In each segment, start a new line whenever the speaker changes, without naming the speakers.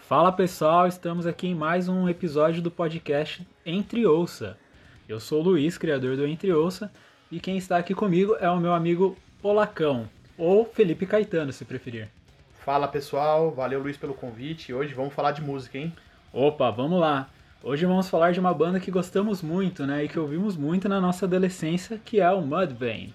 Fala pessoal, estamos aqui em mais um episódio do podcast Entre Ouça. Eu sou o Luiz, criador do Entre Ouça, e quem está aqui comigo é o meu amigo Polacão, ou Felipe Caetano, se preferir.
Fala pessoal, valeu Luiz pelo convite. Hoje vamos falar de música, hein?
Opa, vamos lá! Hoje vamos falar de uma banda que gostamos muito, né, e que ouvimos muito na nossa adolescência, que é o Mudvayne.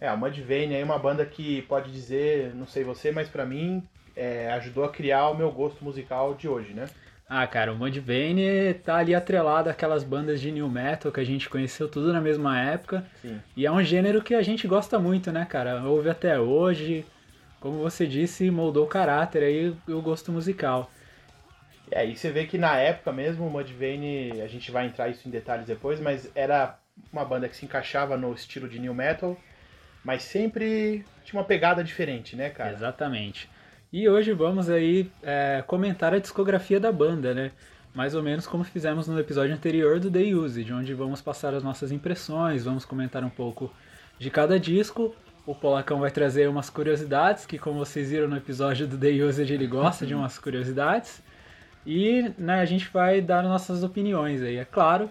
É, a Mudvayne é uma banda que pode dizer, não sei você, mas pra mim é, ajudou a criar o meu gosto musical de hoje, né?
Ah, cara, o Mudvayne tá ali atrelado àquelas bandas de new metal que a gente conheceu tudo na mesma época,
Sim.
E é um gênero que a gente gosta muito, né, cara? Ouve até hoje. Como você disse, moldou o caráter aí e o gosto musical.
É, E aí você vê que na época mesmo, o Mudvayne, a gente vai entrar isso em detalhes depois, mas era uma banda que se encaixava no estilo de new metal, mas sempre tinha uma pegada diferente, né, cara?
Exatamente. E hoje vamos aí é, comentar a discografia da banda, né? Mais ou menos como fizemos no episódio anterior do Day Usage, onde vamos passar as nossas impressões, vamos comentar um pouco de cada disco. O Polacão vai trazer umas curiosidades, que como vocês viram no episódio do Day Usage, ele gosta de umas curiosidades. E né, a gente vai dar nossas opiniões aí, é claro,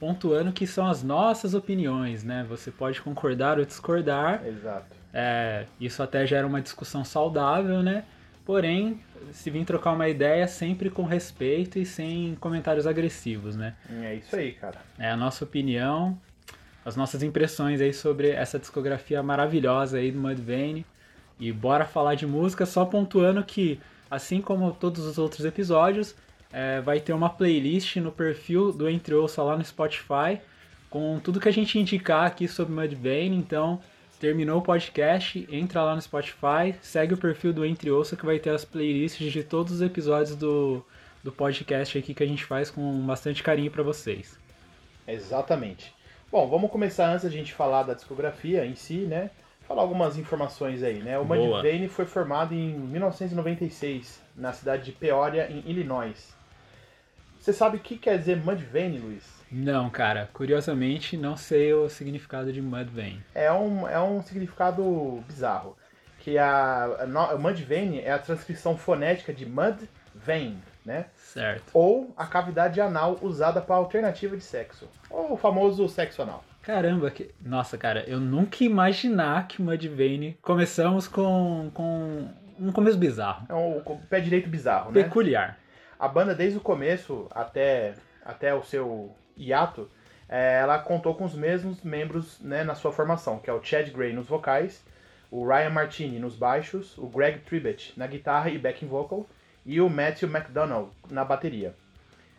pontuando que são as nossas opiniões, né? Você pode concordar ou discordar,
Exato.
é, isso até gera uma discussão saudável, né? Porém, se vir trocar uma ideia, sempre com respeito e sem comentários agressivos, né?
É isso aí, cara.
É a nossa opinião, as nossas impressões aí sobre essa discografia maravilhosa aí do Mudvayne. E bora falar de música, só pontuando que, assim como todos os outros episódios, é, vai ter uma playlist no perfil do Entre Ouça lá no Spotify, com tudo que a gente indicar aqui sobre Mudvayne, então... Terminou o podcast, entra lá no Spotify, segue o perfil do Entre Ouça que vai ter as playlists de todos os episódios do, do podcast aqui que a gente faz com bastante carinho pra vocês.
Exatamente. Bom, vamos começar antes da gente falar da discografia em si, né? Falar algumas informações aí, né? O
Boa.
Mudvayne foi formado em 1996 na cidade de Peoria, em Illinois. Você sabe o que quer dizer Mudvayne, Luiz?
Não, cara, curiosamente não sei o significado de Mudvayne.
É um, é um significado bizarro. Que a, a no- Mudvayne é a transcrição fonética de Mud Vein, né?
Certo.
Ou a cavidade anal usada para alternativa de sexo. Ou o famoso sexo anal.
Caramba, que... nossa, cara, eu nunca ia imaginar que Mudvayne. Começamos com, com um começo bizarro,
É um o pé direito bizarro, né?
peculiar.
A banda, desde o começo até, até o seu hiato, eh, ela contou com os mesmos membros né, na sua formação, que é o Chad Gray nos vocais, o Ryan Martini nos baixos, o Greg Tribbett na guitarra e backing vocal e o Matthew McDonald na bateria.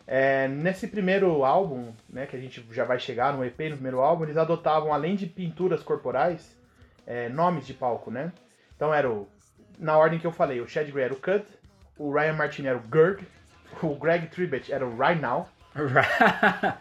Eh, nesse primeiro álbum, né, que a gente já vai chegar no EP, no primeiro álbum, eles adotavam, além de pinturas corporais, eh, nomes de palco, né? Então era o, na ordem que eu falei, o Chad Gray era o Cut, o Ryan Martini era o Gerg, o Greg Tribbett era o Rhinow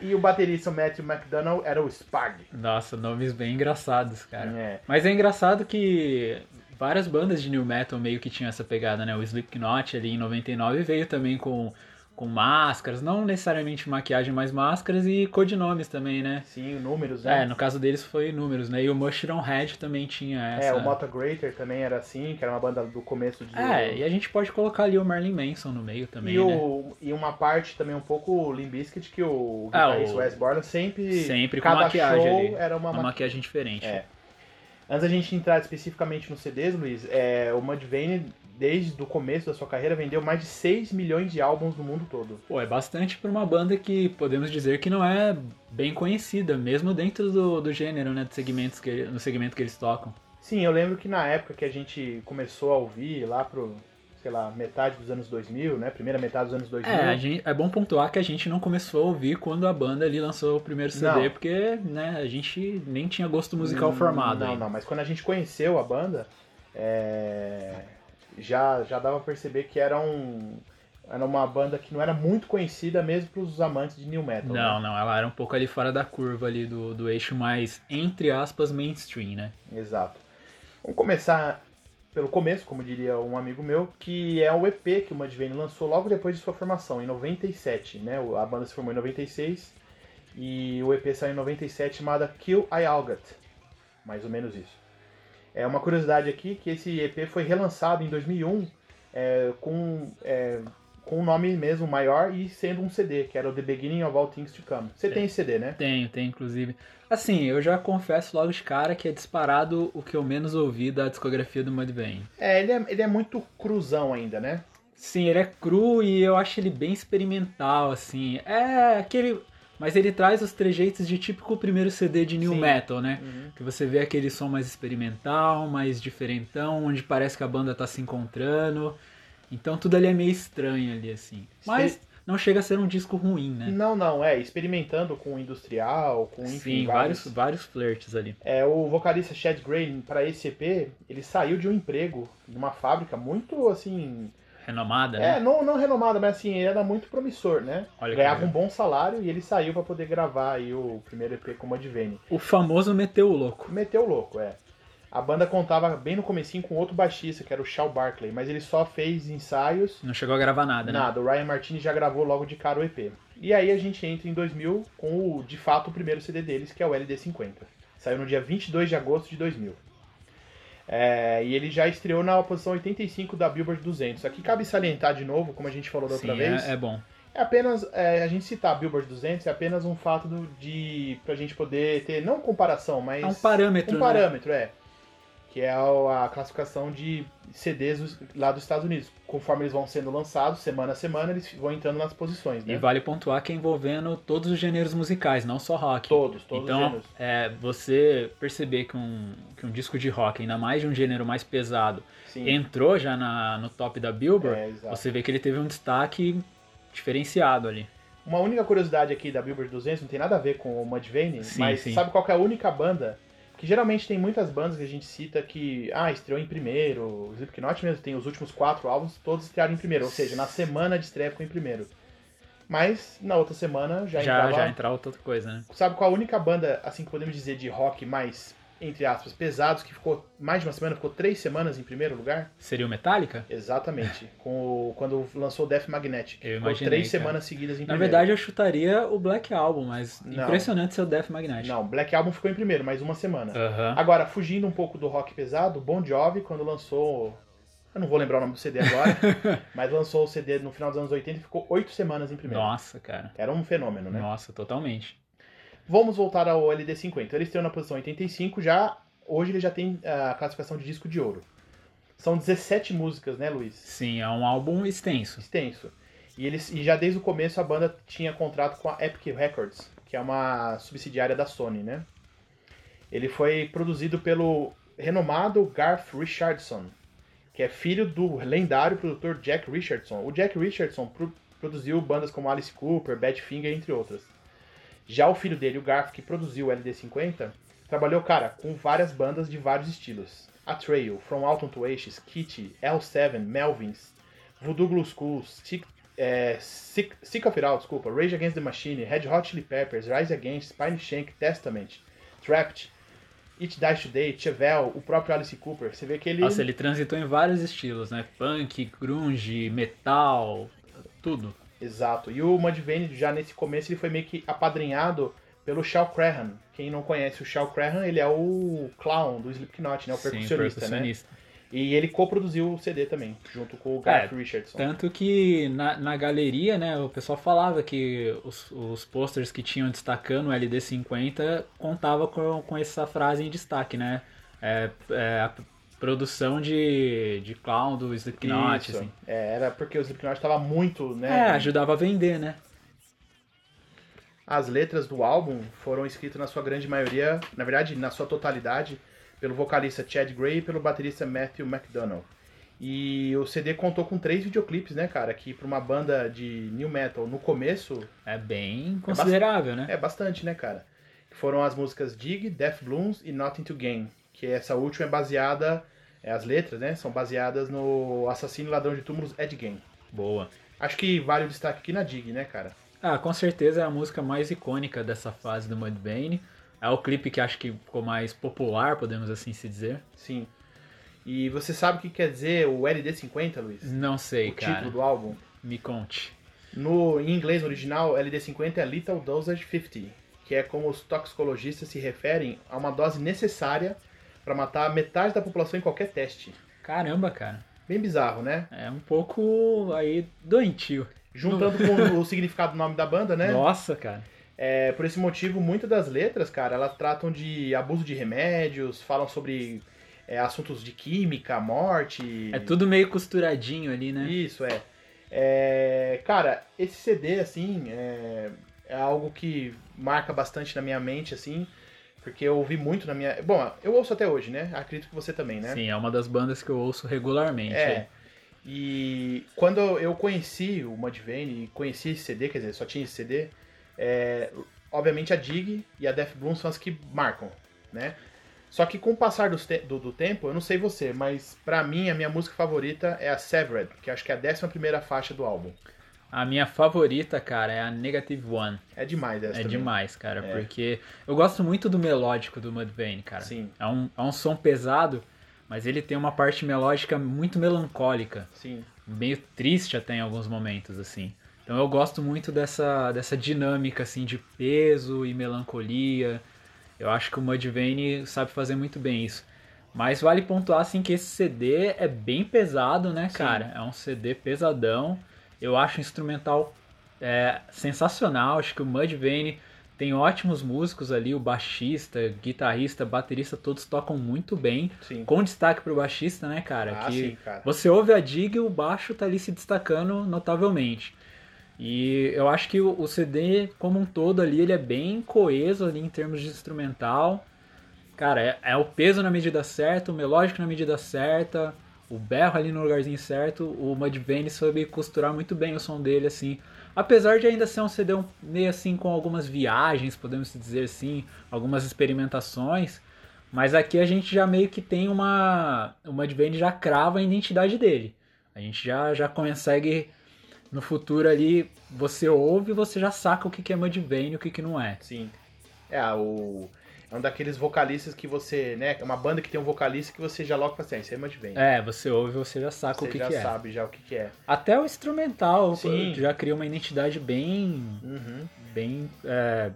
e o baterista Matthew McDonald era o Spag.
nossa, nomes bem engraçados, cara.
É,
Mas é engraçado que várias bandas de new metal meio que tinham essa pegada, né? O Slipknot ali em 99 veio também com, com máscaras, não necessariamente maquiagem, mas máscaras e codinomes também, né?
sim, números,
É,
né?
no caso deles foi números, né? E o Mushroom Head também tinha essa.
É, o Motta Greater também era assim, que era uma banda do começo de...
É, e a gente pode colocar ali o Marlon Manson no meio também,
e,
né? É,
o, e uma parte também um pouco Limp Bizkit, que o guitarrista
o-
Wes Borland sempre...
Sempre com
cada
maquiagem
show
ali.
era uma
Uma
maqui-
maquiagem diferente.
É. Antes da gente entrar especificamente nos CDs, Luiz, é, o Mudvayne, desde o começo da sua carreira, vendeu mais de 6 milhões de álbuns no mundo todo.
Pô, é bastante pra uma banda que podemos dizer que não é bem conhecida, mesmo dentro do, do gênero, né? Dos segmentos que, no segmento que eles tocam.
Sim, eu lembro que na época que a gente começou a ouvir, lá pro, sei lá, metade dos anos 2000, né? Primeira metade dos anos 2000.
É, a gente- é bom pontuar que a gente não começou a ouvir quando a banda ali lançou o primeiro CD,
Não.
porque né, a gente nem tinha gosto é musical
Hum,
formado.
Não,
ainda.
não, mas quando a gente conheceu a banda, é, já, já dava pra perceber que era um... Era uma banda que não era muito conhecida mesmo pros amantes de New Metal. né?
Não, não, ela era um pouco ali fora da curva ali do, do eixo mais, entre aspas, mainstream, né?
né? Exato. Vamos começar pelo começo, como diria um amigo meu, que é o EP que o Mudvayne lançou logo depois de sua formação, em 97, né? O- A banda se formou em 96 e o EP saiu em 97 chamada Kill I Algot. Mais ou menos isso. É uma curiosidade aqui que esse EP foi relançado em 2001 é, um, com é, com o nome mesmo maior e sendo um CD, que era o The Beginning of All Things to Come. Você tem esse CD, né?
Tenho, tenho, inclusive. Assim, eu já confesso logo de cara que é disparado o que eu menos ouvi da discografia do Mudvayne.
É, ele é, ele é muito cruzão ainda, né?
Sim, ele é cru e eu acho ele bem experimental, assim. É aquele... Mas ele traz os trejeitos de típico primeiro CD de New
Sim.
Metal, né? Que você vê aquele som mais experimental, mais diferentão, onde parece que a banda tá se encontrando. Então tudo ali é meio estranho ali, assim. Mas não chega a ser um disco ruim, né?
Não, não, é, experimentando com o industrial, com enfim,
Sim, vários, vários flertes ali.
É, o vocalista Chad Gray, para esse EP, ele saiu de um emprego numa fábrica muito, assim...
Renomada, né?
É, não, não renomada, mas assim, ele era muito promissor, né?
Olha que
Ganhava um
legal.
bom salário e ele saiu para poder gravar aí o primeiro EP como Advane.
O famoso meteu o louco.
Meteu o louco, é. A banda contava bem no comecinho com outro baixista, que era o Shaw Barkley, mas ele só fez ensaios
Não chegou a gravar nada, né?
Nada, o Ryan Martini já gravou logo de cara o EP. E aí a gente entra em 2000 com o, de fato, o primeiro CD deles, que é o LD50. Saiu no dia 22 de agosto de 2000. É, e ele já estreou na posição 85 da Billboard 200. Aqui cabe salientar de novo, como a gente falou da outra
Sim,
vez.
é,
É,
é bom.
apenas é, a gente citar a Billboard 200 é apenas um fato do, de pra gente poder ter não comparação, mas
É um parâmetro,
um
né?
parâmetro, é. Que é a a classificação de CDs dos- lá dos Estados Unidos. Conforme eles vão sendo lançados, semana a semana, eles vão entrando nas posições, né?
E vale pontuar que é envolvendo todos os gêneros musicais, não só rock.
Todos, todos os
então,
gêneros.
é, você perceber que um, que um disco de rock, ainda mais de um gênero mais pesado,
Sim.
entrou já na, no top da Billboard,
É, exato.
você vê que ele teve um destaque diferenciado ali.
Uma única curiosidade aqui da Billboard 200, não tem nada a ver com o Mudvayne,
Sim,
mas
sim.
sabe qual que é a única banda? Que geralmente tem muitas bandas que a gente cita que, ah, estreou em primeiro, o Slipknot mesmo tem os últimos quatro álbuns, todos estrearam em primeiro, ou seja, na semana de estreia ficou em primeiro. Mas na outra semana já,
Já,
entrava
já entrava outra coisa, né?
Sabe qual a única banda, assim que podemos dizer, de rock mais, entre aspas, pesados, que ficou mais de uma semana, ficou três semanas em primeiro lugar?
Seria o Metallica?
Exatamente. Com o- quando lançou o Death Magnetic.
Eu
ficou
imaginei,
três
cara.
semanas seguidas
Na
em primeiro.
verdade, eu chutaria o Black Album, mas
Não.
impressionante seu Death Magnetic.
Não, Black Album ficou em primeiro, mais uma semana.
Aham.
Agora, fugindo um pouco do rock pesado, Bon Jovi, quando lançou. Eu não vou lembrar o nome do CD agora, mas lançou o CD no final dos anos 80 e ficou oito semanas em primeiro.
Nossa, cara.
Era um fenômeno, né?
Nossa, totalmente.
Vamos voltar ao LD50. Ele estreou na posição 85, já hoje ele já tem ah, a classificação de disco de ouro. São 17 músicas, né, Luiz?
Sim, é um álbum extenso.
Extenso. E, eles, e já desde o começo a banda tinha contrato com a Epic Records, que é uma subsidiária da Sony, né? Ele foi produzido pelo renomado Garth Richardson, que é filho do lendário produtor Jack Richardson. O Jack Richardson pro- produziu bandas como Alice Cooper, Badfinger, entre outras. Já o filho dele, o Garth, que produziu o LD50, trabalhou, cara, com várias bandas de vários estilos. A Trail, From Alton to Ashes, Kitty, L7, Melvins, Voodoo Glue School, Sick, é, Sick, Sick of It All, desculpa, Rage Against the Machine, Red Hot Chili Peppers, Rise Against, Spine Shank, Testament, Trapped, It Dies Today, Chevel, o próprio Alice Cooper. Você vê que ele...
Nossa, ele transitou em vários estilos, né? Punk, grunge, metal, tudo.
Exato. E o Mudvayne, já nesse começo, ele foi meio que apadrinhado pelo Shal Crahan. Quem não conhece o Shal Crahan, ele é o clown do Slipknot, né? O percussionista, né? E ele coproduziu o CD também, junto com o
É,
Garth Richardson.
Tanto que na, na galeria, né, o pessoal falava que os, os posters que tinham destacando o LD50 contava com, com essa frase em destaque, né? É, é, a produção de, de clown do Slipknot,
Isso.
assim.
É, era porque o Slipknot tava muito,
É,
né?
ajudava a vender, né?
As letras do álbum foram escritas na sua grande maioria, na verdade, na sua totalidade, pelo vocalista Chad Gray e pelo baterista Matthew McDonnell. E o CD contou com três videoclipes, né, cara? Que pra uma banda de new metal no começo,
É bem considerável, né?
É bastante, né, cara? Foram as músicas Dig, Death Blooms e Nothing to Gain, que essa última é baseada, é, as letras, né, são baseadas no Assassino e Ladrão de Túmulos Ed Gein.
Boa.
Acho que vale o destaque aqui na Dig, né, cara?
Ah, com certeza é a música mais icônica dessa fase do Mudvayne. É o clipe que acho que ficou mais popular, podemos assim se dizer.
Sim. E você sabe o que quer dizer o LD50, Luiz?
Não sei,
o
cara.
título do álbum?
Me conte.
No, em inglês original, LD50 é Little Dosage 50, que é como os toxicologistas se referem a uma dose necessária para matar metade da população em qualquer teste.
Caramba, cara.
Bem bizarro, né?
É um pouco aí doentio.
Juntando com o significado do nome da banda, né?
Nossa, cara.
É, por esse motivo, muitas das letras, cara, elas tratam de abuso de remédios, falam sobre é, assuntos de química, morte.
É tudo meio costuradinho ali, né?
Isso, é. É, Cara, esse CD, assim, é, é algo que marca bastante na minha mente, assim, porque eu ouvi muito na minha. Bom, eu ouço até hoje, né? Acredito que você também, né?
Sim, é uma das bandas que eu ouço regularmente.
É. E quando eu conheci o Mudvayne e conheci esse CD, quer dizer, só tinha esse CD, é, obviamente a Dig e a Def Bloom são as que marcam, né? Só que com o passar dos te- do, do tempo, eu não sei você, mas pra mim a minha música favorita é a Severed, que acho que é a 11 primeira faixa do álbum.
A minha favorita, cara, é a Negative One.
É demais essa
É
também.
demais, cara,
É.
porque eu gosto muito do melódico do Mudvayne, cara.
Sim,
É um, é um som pesado, mas ele tem uma parte melódica muito melancólica,
sim.
meio triste até em alguns momentos, assim. Então eu gosto muito dessa, dessa dinâmica, assim, de peso e melancolia. Eu acho que o Mudvayne sabe fazer muito bem isso. Mas vale pontuar, assim, que esse CD é bem pesado, né,
Sim.
cara? É um CD pesadão. Eu acho o instrumental é, sensacional. Acho que o Mudvayne tem ótimos músicos ali. O baixista, guitarrista, baterista, todos tocam muito bem.
Sim.
Com destaque pro baixista, né, cara?
ah,
que
sim, cara.
você ouve a dig e o baixo tá ali se destacando notavelmente. E eu acho que o o CD como um todo ali, ele é bem coeso ali em termos de instrumental. Cara, é, é o peso na medida certa, o melódico na medida certa, o berro ali no lugarzinho certo. O Mudvayne soube costurar muito bem o som dele, assim. Apesar de ainda ser um CD um- meio assim com algumas viagens, podemos dizer assim, algumas experimentações. Mas aqui a gente já meio que tem uma. O Mudvayne já crava a identidade dele. A gente já, já consegue, no futuro ali, você ouve e você já saca o que, que é Mudvayne e o que, que não é.
Sim. É, o. É um daqueles vocalistas que você, né? É uma banda que tem um vocalista que você já logo fala assim, ah, isso aí é Mudvayne.
É, você ouve e você já saca
você
o que,
já
que é.
sabe já o que, que é.
Até o instrumental
Sim.
já cria uma identidade bem.
Uhum.
bem. é,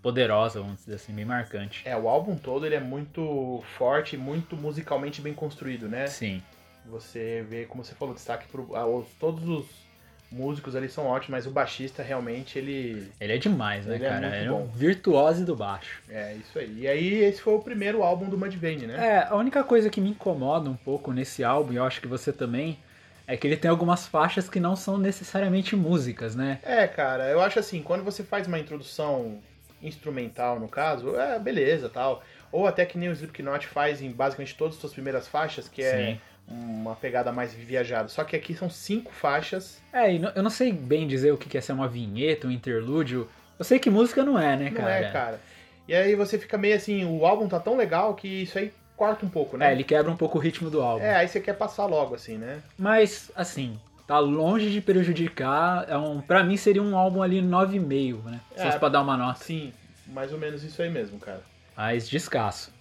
poderosa, vamos dizer assim, bem marcante.
É, o álbum todo ele é muito forte, e muito musicalmente bem construído, né?
Sim.
Você vê, como você falou, destaque pro. ah, os- todos os músicos ali são ótimos, mas o baixista realmente ele.
Ele é demais, né,
Ele é
cara?
muito
é um
bom.
virtuose do baixo.
É isso aí. E aí, esse foi o primeiro álbum do Mudvayne, né?
É, a única coisa que me incomoda um pouco nesse álbum, e eu acho que você também, é que ele tem algumas faixas que não são necessariamente músicas, né?
É, cara, eu acho assim, quando você faz uma introdução instrumental, no caso, é beleza tal. Ou até que nem o Slipknot faz em basicamente todas as suas primeiras faixas, que é
Sim.
uma pegada mais viajada. Só que aqui são cinco faixas.
É, e não- eu não sei bem dizer o que que é, se é uma vinheta, um interlúdio. Eu sei que música não é, né,
não
cara?
é, cara. E aí você fica meio assim, o álbum tá tão legal que isso aí corta um pouco, né?
É, ele quebra um pouco o ritmo do álbum.
É, aí você quer passar logo, assim, né?
Mas, assim, tá longe de prejudicar. É um, pra mim seria um álbum ali 9,5, né? Se
É.
fosse pra dar uma nota.
Sim, mais ou menos isso aí mesmo, cara.
Mas descasso.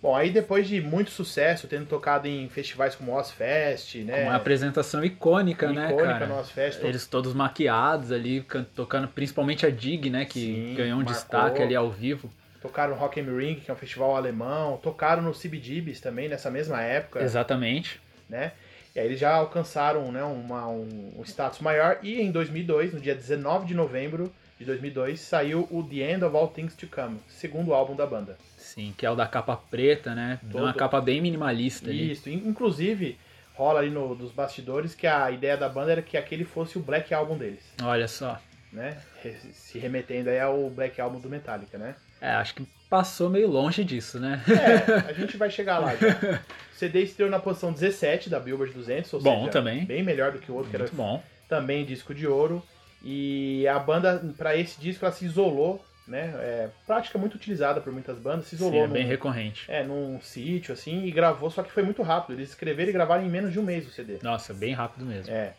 Bom, aí depois de muito sucesso, tendo tocado em festivais como Ozfest, né?
Uma apresentação icônica, né, cara?
no Ozfest,
Eles todos maquiados ali, can- tocando principalmente a Dig, né? Que
Sim,
ganhou um
marcou.
destaque ali ao vivo.
tocaram no Rock am Ring, que é um festival alemão, tocaram no CBGBs também nessa mesma época,
Exatamente.
né? E aí eles já alcançaram né, uma, um, um status maior e em 2002, no dia 19 de novembro de 2002, saiu o The End of All Things to Come, segundo álbum da banda.
Sim, que é o da capa preta, né?
Todo.
Uma capa bem minimalista ali.
Isso, in- inclusive rola ali no, nos bastidores que a ideia da banda era que aquele fosse o Black Album deles,
Olha só.
né? Re- Se remetendo aí ao Black Album do Metallica, né?
É, acho que passou meio longe disso, né?
É, a gente vai chegar lá já. O CD estreou na posição 17 da Billboard 200, ou
Bom
seja,
também.
bem melhor do que o outro, que era
Muito bom.
também disco de ouro. E a banda, para esse disco, ela se isolou, né? É, prática muito utilizada por muitas bandas, se
Sim,
isolou
é bem
num,
recorrente.
é, num sítio, assim, e gravou, só que foi muito rápido. Eles escreveram e gravaram em menos de um mês o CD.
Nossa, bem rápido mesmo.
É.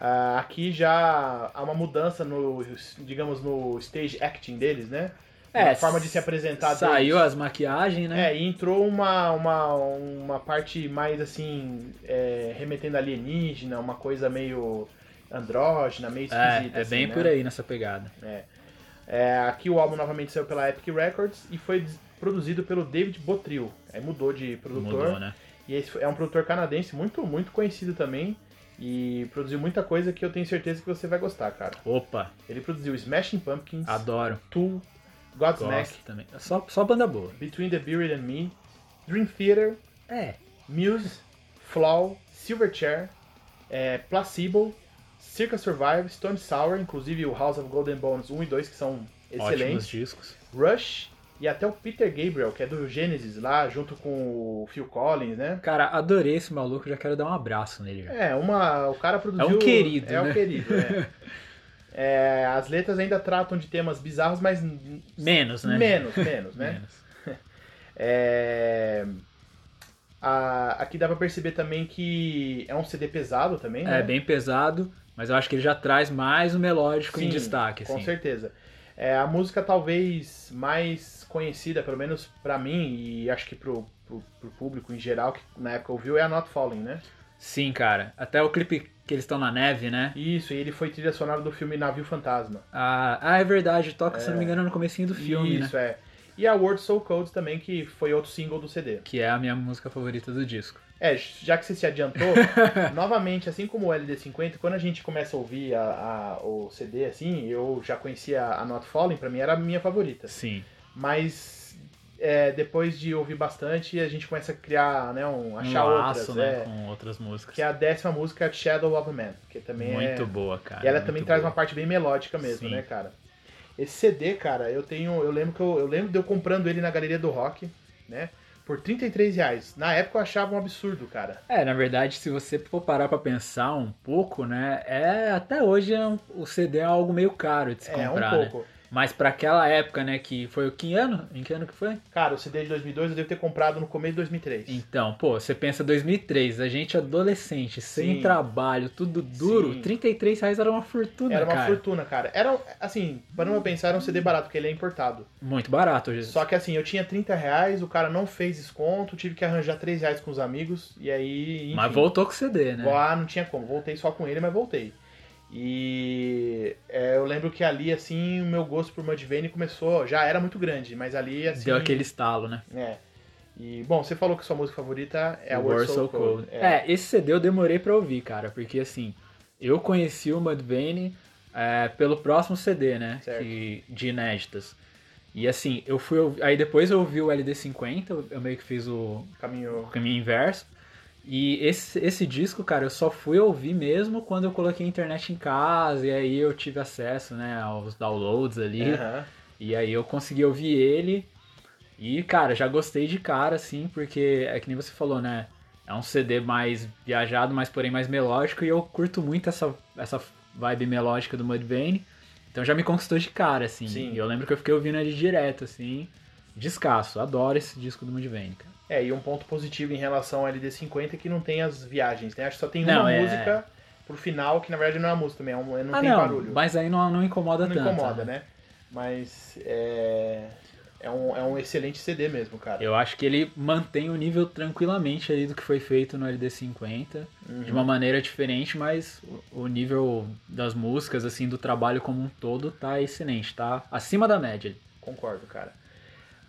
Ah, aqui já há uma mudança no, digamos, no stage acting deles, né?
É,
Na forma de se apresentar deles.
Saiu as maquiagens, né?
É, e entrou uma, uma, uma parte mais assim, é, remetendo a alienígena, uma coisa meio andrógena, meio esquisita.
é
assim,
bem
né?
por aí nessa pegada.
É, aqui o álbum novamente saiu pela Epic Records e foi des- produzido pelo David Botril. Aí É, mudou de produtor
Mudou, né?
E esse é um produtor canadense muito, muito conhecido também. E produziu muita coisa que eu tenho certeza que você vai gostar, cara.
Opa,
Ele produziu Smashing Pumpkins,
adoro.
Tool,
Gosto
Godsmack,
também. Só, só banda boa.
Between the Buried and Me, Dream Theater,
É.
Muse, Flaw, Silverchair, é, Placebo, Circus Survive, Stone Sour, inclusive o House of Golden Bones 1 e 2, que são
Ótimos
excelentes,
discos.
Rush e até o Peter Gabriel, que é do Genesis lá, junto com o Phil Collins, né?
Cara, adorei esse maluco, já quero dar um abraço nele. já.
É, uma, o cara produziu...
É um querido,
É um
né?
querido, é. É, as letras ainda tratam de temas bizarros, mas n-
Menos, né?
menos, menos, né?
Menos.
É, a- aqui dá pra perceber também que é um CD pesado também, né?
É bem pesado, mas eu acho que ele já traz mais o melódico em
Sim,
destaque,
Com
assim.
certeza. É a música talvez mais conhecida, pelo menos pra mim, e acho que pro, pro, pro público em geral, que na época ouviu, é a Not Falling, né?
Sim, cara. Até o clipe que eles estão na neve, né?
Isso, e ele foi trilha sonora do filme Navio Fantasma.
Ah, ah, é verdade, toca, se não me engano, no comecinho do filme, né?
Isso, é. E a World Soul Codes também, que foi outro single do CD.
Que é a minha música favorita do disco.
É, já que você se adiantou, novamente, assim como o LD50, quando a gente começa a ouvir a, a- o CD, assim, eu já conhecia a Not Falling, pra mim era a minha favorita.
Sim.
mas é, depois de ouvir bastante, a gente começa a criar, né, um, achar
um laço,
outras,
né?
é,
Com outras músicas.
que é a décima música é Shadow of a Man, que também
muito
é,
boa, cara.
e ela
muito
também traz
boa.
uma parte bem melódica mesmo,
Sim.
né, cara? Esse CD, cara, eu tenho, eu lembro que eu, eu lembro de eu comprando ele na galeria do rock, né, por 33 reais. Na época eu achava um absurdo, cara.
É, na verdade, se você for parar pra pensar um pouco, né? É, até hoje é um- o CD é algo meio caro de se
é
comprar,
um
né?
pouco.
Mas pra aquela época, né, que foi o que ano? Em que ano que foi?
Cara, o CD de 2002 eu devo ter comprado no começo de 2003.
Então, pô, você pensa 2003, a gente adolescente, sem
Sim.
trabalho, tudo duro,
Sim.
33 reais era uma fortuna,
Era uma
cara.
fortuna, cara. Era, assim, para não pensar, era um CD barato, porque ele é importado.
Muito barato hoje.
Só que assim, eu tinha 30 reais, o cara não fez desconto, tive que arranjar 3 reais com os amigos, e aí. enfim,
Mas voltou com o CD, né?
lá não tinha como, voltei só com ele, mas voltei. E é, eu lembro que ali, assim, o meu gosto por Mudvayne começou, já era muito grande, mas ali, assim.
Deu aquele estalo, né?
É. E, bom, você falou que sua música favorita é a
O
World So
Warsaw
Cold.
Code. É. esse CD eu demorei pra ouvir, cara, porque assim, eu conheci o Mudvayne é, pelo próximo CD, né?
Certo.
que- de inéditas. E assim, eu fui. ouvi- Aí depois eu ouvi o LD50, eu- eu meio que fiz o, o
Caminho.
caminho inverso. E esse, esse disco, cara, eu só fui ouvir mesmo quando eu coloquei a internet em casa, e aí eu tive acesso, né, aos downloads ali.
Aham.
E aí eu consegui ouvir ele. E, cara, já gostei de cara, assim, porque é que nem você falou, né? É um CD mais viajado, mas porém mais melódico. E eu curto muito essa, essa vibe melódica do Mudvayne. Então já me conquistou de cara, assim.
Sim.
E eu lembro que eu fiquei ouvindo ele direto, assim. Descasso. Adoro esse disco do Mudvayne, cara.
É, e um ponto positivo em relação ao LD50 é que não tem as viagens, né? Acho que só tem
Não,
uma
é-
música pro final, que na verdade não é uma música também, é um- não
ah,
tem
não.
barulho.
Mas aí não, não incomoda
não
tanto.
incomoda, né? Mas é, é, um, é um excelente CD mesmo, cara.
Eu acho que ele mantém o nível tranquilamente ali do que foi feito no LD50.
Uhum.
de uma maneira diferente, mas o- o nível das músicas, assim, do trabalho como um todo tá excelente, tá acima da média.
Concordo, cara.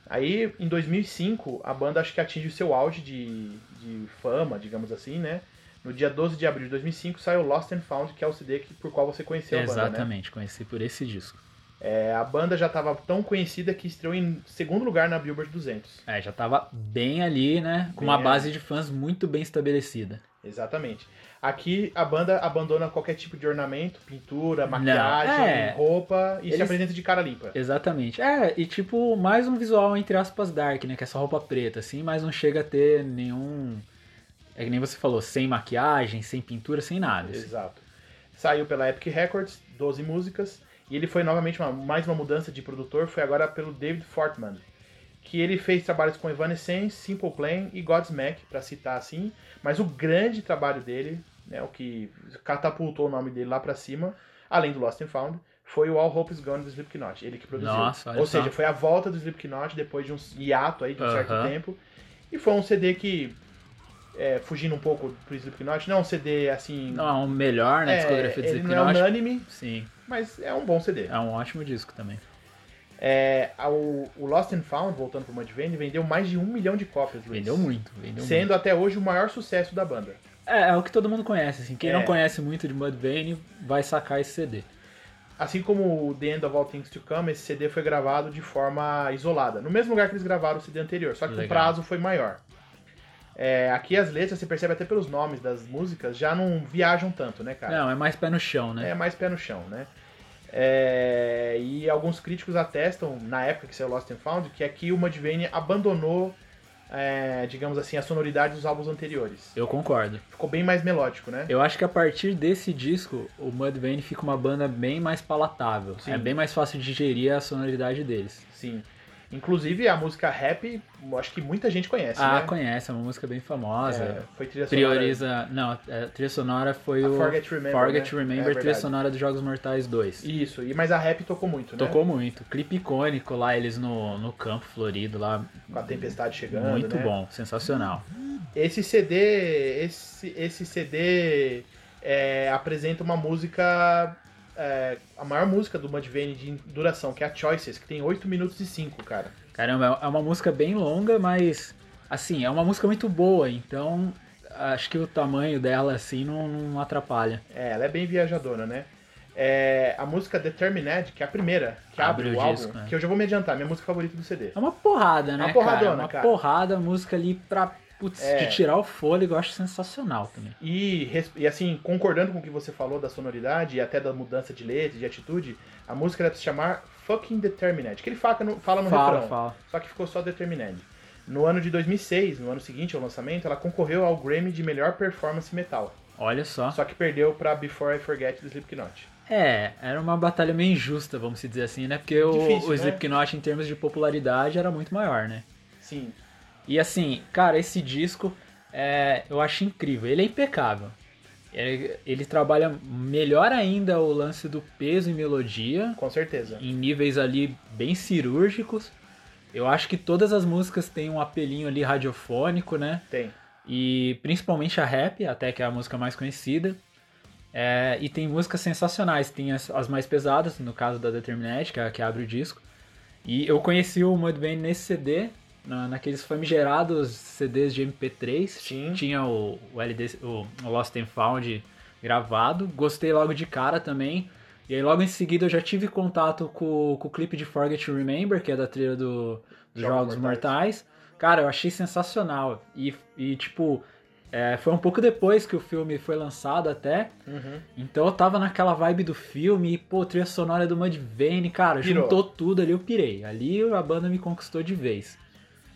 Aí, em 2005, a banda acho que atinge o seu auge de, de fama, digamos assim, né? No dia 12 de abril de 2005 saiu Lost and Found, que é o CD que, por qual você conheceu a banda, né?
Exatamente, conheci por esse disco.
É, a banda já estava tão conhecida que estreou em segundo lugar na Billboard 200.
É, já tava bem ali, né? Com
Bem
uma
ali.
base de fãs muito bem estabelecida.
Exatamente. Aqui, a banda abandona qualquer tipo de ornamento, pintura,
Não,
maquiagem,
é.
roupa e se
Eles-
apresenta de cara limpa.
Exatamente. É, e tipo, mais um visual entre aspas dark, né? Que é só roupa preta, assim, mas não chega a ter nenhum. É que nem você falou, sem maquiagem, sem pintura, sem nada. assim.
Exato. Saiu pela Epic Records, 12 músicas, e ele foi novamente uma- mais uma mudança de produtor, foi agora pelo David Fortman, que ele fez trabalhos com Evanescence, Simple Plan e Godsmack, pra citar assim, mas o grande trabalho dele, né, o que catapultou o nome dele lá pra cima, além do Lost and Found, foi o All Hope Is Gone do Slipknot, ele que produziu.
Nossa, olha
Ou
só.
seja, foi a volta do Slipknot depois de um hiato aí de um certo
Aham.
tempo, e foi um CD que é, fugindo um pouco pro Slipknot, não é um CD assim
Não é o melhor, né?
é,
discografia do
ele não é
Slipknot.
unânime,
Sim,
mas é um bom CD.
é um ótimo disco também.
É, o, o Lost and Found, voltando pro Mudvayne, vendeu mais de um milhão de cópias, Luiz.
Vendeu muito, vendeu
Sendo até hoje o maior sucesso da banda.
muito. É, é o que todo mundo conhece, assim. Quem
É.
não conhece muito de Mudvayne vai sacar esse CD.
Assim como o The End of All Things to Come, esse CD foi gravado de forma isolada, no mesmo lugar que eles gravaram o CD anterior, só que o
Legal.
prazo foi maior. É, aqui as letras, você percebe até pelos nomes das músicas, já não viajam tanto, né, cara?
Não, é mais pé no chão, né?
É mais pé no chão, né? É, e alguns críticos atestam, na época que saiu Lost and Found, que aqui o Mudvayne abandonou, é, digamos assim, a sonoridade dos álbuns anteriores.
Eu concordo.
Ficou bem mais melódico, né?
Eu acho que a partir desse disco, o Mudvayne fica uma banda bem mais palatável.
Sim.
É bem mais fácil de digerir a sonoridade deles.
Sim. Inclusive a música Happy, eu acho que muita gente conhece,
ah,
né?
conhece, é uma música bem famosa.
É, foi trilha sonora.
Prioriza. Não, é, a trilha sonora foi
A
o.
Forget Remember, né?
Forget
É
Remember,
verdade.
trilha sonora dos Jogos Mortais 2.
Isso, né? e- mas a rap tocou muito, né?
Tocou muito. Clipe icônico lá, eles no, no campo florido lá.
Com a tempestade chegando,
muito
né?
bom, sensacional.
Esse CD, esse, esse CD é, apresenta uma música, é, a maior música do Mudvayne de duração, que é a Choices, que tem 8 minutos e 5, cara.
Caramba, é uma música bem longa, mas assim, é uma música muito boa, então acho que o tamanho dela assim não, não atrapalha.
É, ela é bem viajadona, né? É, a música Determined, que é a primeira, que abre,
Abre
o,
o
álbum,
disco, né?
que eu já vou me adiantar, minha música favorita do CD.
É uma porrada, né? cara?
Uma porradona,
Uma
cara.
porrada, a música ali pra putz,
É.
de tirar o fôlego, eu acho sensacional também.
E, res- e assim, concordando com o que você falou da sonoridade e até da mudança de letra, de atitude, a música era pra se chamar Fucking Determined, que ele faca no- fala no
fala,
refrão,
fala.
só que ficou só Determined. No ano de 2006, no ano seguinte ao lançamento, ela concorreu ao Grammy de melhor performance metal,
Olha só.
só que perdeu pra Before I Forget do Slipknot.
É, era uma batalha meio injusta, vamos se dizer assim, né? Porque o,
Difícil,
o
né?
Slipknot, em termos de popularidade, era muito maior, né?
Sim,
E assim, cara, esse disco é, eu acho incrível. Ele é impecável. Ele, ele trabalha melhor ainda o lance do peso e melodia,
com certeza.
em níveis ali bem cirúrgicos. Eu acho que todas as músicas têm um apelinho ali radiofônico, né?
Tem.
E principalmente a rap, até que é a música mais conhecida. É, e tem músicas sensacionais, tem as, as mais pesadas, no caso da Determinate, que, é a que abre o disco. E eu conheci o Mudvayne nesse CD, na- naqueles famigerados CDs de MP3.
Sim.
Tinha o, o, LD, o o Lost and Found gravado, gostei logo de cara também. E aí logo em seguida eu já tive contato com, com o clipe de Forget to Remember, que é da trilha do, dos
Jogos
Jogos Mortais. Cara, eu achei sensacional. E, e tipo, é, foi um pouco depois que o filme foi lançado até.
Uhum.
Então eu tava naquela vibe do filme, e, pô, trilha sonora do Mudvayne, cara,
Pirou.
juntou tudo ali, eu pirei. Ali a banda me conquistou de vez.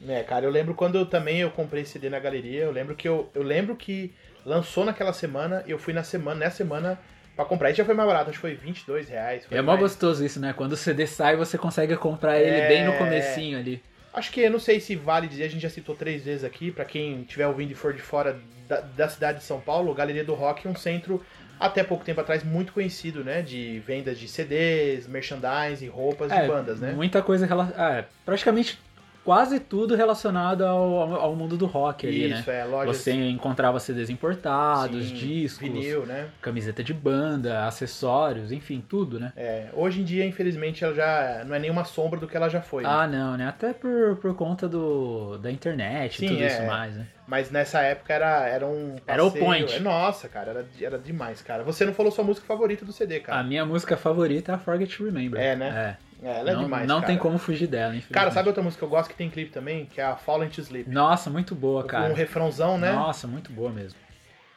É, cara, eu lembro quando eu também eu comprei esse CD na galeria, eu lembro que eu, eu lembro que lançou naquela semana, eu fui na semana, nessa semana pra comprar. E já foi mais barato, acho que foi 22 reais. Foi
é mó
mais-
gostoso isso, né? Quando o CD sai, você consegue comprar ele
É.
bem no comecinho ali.
Acho que eu não sei se vale dizer, a gente já citou três vezes aqui, pra quem estiver ouvindo e for de fora da, da cidade de São Paulo, Galeria do Rock é um centro até pouco tempo atrás muito conhecido, né? De vendas de CDs, merchandising, roupas e
É,
bandas, né?
Muita coisa relacionada. É, praticamente quase tudo relacionado ao, ao- ao mundo do rock ali, né?
Isso, é, lojas
Você encontrava CDs importados,
Sim,
discos,
vinil, né?
camiseta de banda, acessórios, enfim, tudo, né?
É, hoje em dia, infelizmente, ela já não é nenhuma sombra do que ela já foi. né?
Ah, não, né? Até por, por conta do, da internet
Sim,
e tudo
é.
isso mais, né?
Mas nessa época era, era um.
Era o
passeio.
point.
Nossa, cara, era, era demais, cara. Você não falou sua música favorita do CD,
A
cara.
minha música favorita é a Forget to Remember.
É, né? é, ela é
não
demais.
não
cara.
tem como fugir dela, infelizmente.
Cara, sabe outra música que eu gosto que tem clipe também? Que é a Fallen to Sleep.
Nossa, muito boa,
Com
cara.
um refrãozão, né?
Nossa, muito boa mesmo.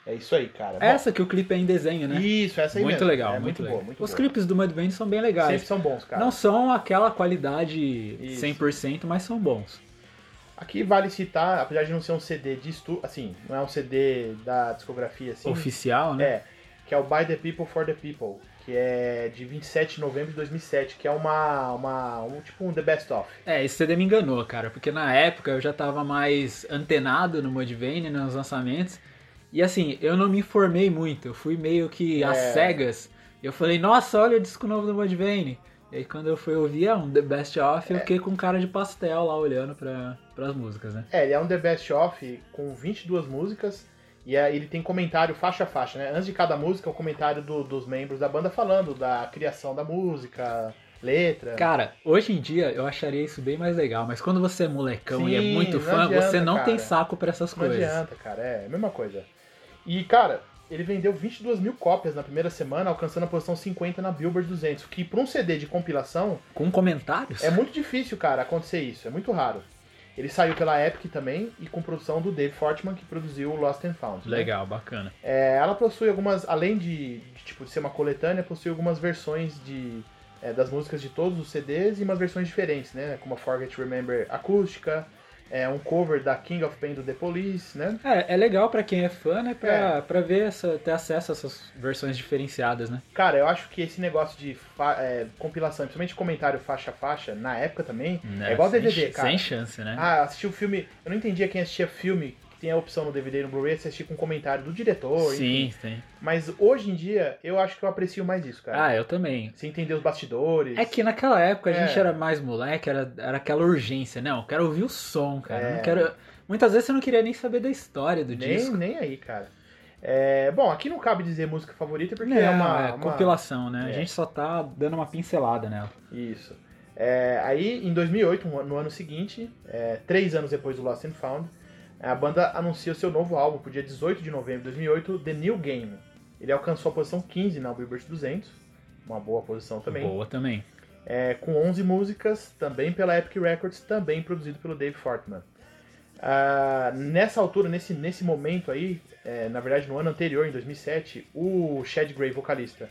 É isso aí, cara.
Essa que o clipe é em desenho,
Bom,
né?
Isso, essa aí
muito
mesmo.
legal,
é
muito,
muito,
legal.
boa, muito
Os
boa.
clipes do Mudvayne são bem legais.
sempre são bons, cara.
Não são aquela qualidade
Isso.
100%, mas são bons.
Aqui vale citar, apesar de não ser um CD de estúdio, assim, não é um CD da discografia, assim.
Oficial, né?
É, que é o By the People for the People, que é de 27 de novembro de 2007, que é uma, uma um, tipo um The Best Of.
É, esse CD me enganou, cara, porque na época eu já tava mais antenado no Mudvayne, nos lançamentos, e assim, eu não me informei muito, eu fui meio que às
É.
cegas, eu falei, nossa, olha o disco novo do Mudvayne, e aí quando eu fui ouvir, é um The Best Of, eu fiquei com cara de pastel lá, olhando pra, pras músicas, né?
É, ele é um The Best Of com 22 músicas e aí ele tem comentário faixa a é faixa, né? Antes de cada música, o comentário do- dos membros da banda falando da criação da música, letra.
Cara, hoje em dia eu acharia isso bem mais legal, mas quando você é molecão e é
Sim,
muito
não
fã,
adianta,
você não
cara.
tem saco pra essas
Não
coisas.
adianta, cara. É a mesma coisa. E, cara, ele vendeu 22 mil cópias na primeira semana, alcançando a posição 50 na Billboard 200, que pra um CD de compilação
Com comentários?
é muito difícil, cara, acontecer isso. É muito raro. Ele saiu pela Epic também e com produção do Dave Fortman, que produziu o Lost and Found. né?
Legal, bacana.
É, ela possui algumas, além de, de, tipo de ser uma coletânea, possui algumas versões de é, das músicas de todos os CDs e umas versões diferentes, né? Como a Forget to Remember acústica, é, um cover da King of Pain do The Police, né?
É, é legal pra quem é fã, né? Pra, pra ver, essa, ter acesso a essas versões diferenciadas, né?
Cara, eu acho que esse negócio de fa- é, compilação, principalmente comentário faixa a faixa, na época também, é igual
Né, sem
DVD,
ch-
cara.
Sem chance, né?
Ah, assisti o filme. Eu não entendia quem assistia filme, que tem a opção no DVD e no Blu-ray, assistir com comentário do diretor, enfim.
sim, sim.
Mas hoje em dia, eu acho que eu aprecio mais isso, cara.
Ah, eu também.
Você entender os bastidores.
É que naquela época a
Tá. É.
gente era mais moleque, era, era aquela urgência. Não, eu quero ouvir o som, cara. eu
É.
Não quero... Muitas vezes você não queria nem saber da história do
nem,
disco.
nem aí, cara. É, bom, aqui não cabe dizer música favorita porque
Não,
é uma,
é
uma-
compilação, né?
É.
A gente só tá dando uma pincelada nela.
Isso. É, aí, em 2008, um, no ano- no ano seguinte, é, três anos depois do Lost and Found, a banda anuncia o seu novo álbum pro dia 18 de novembro de 2008, The New Game. Ele alcançou a posição 15 na Billboard 200, uma boa posição também,
Boa também.
é, com 11 músicas, também pela Epic Records, também produzido pelo Dave Fortman. Ah, nessa altura, nesse, nesse momento aí, é, na verdade no ano anterior, em 2007, o Chad Gray, vocalista,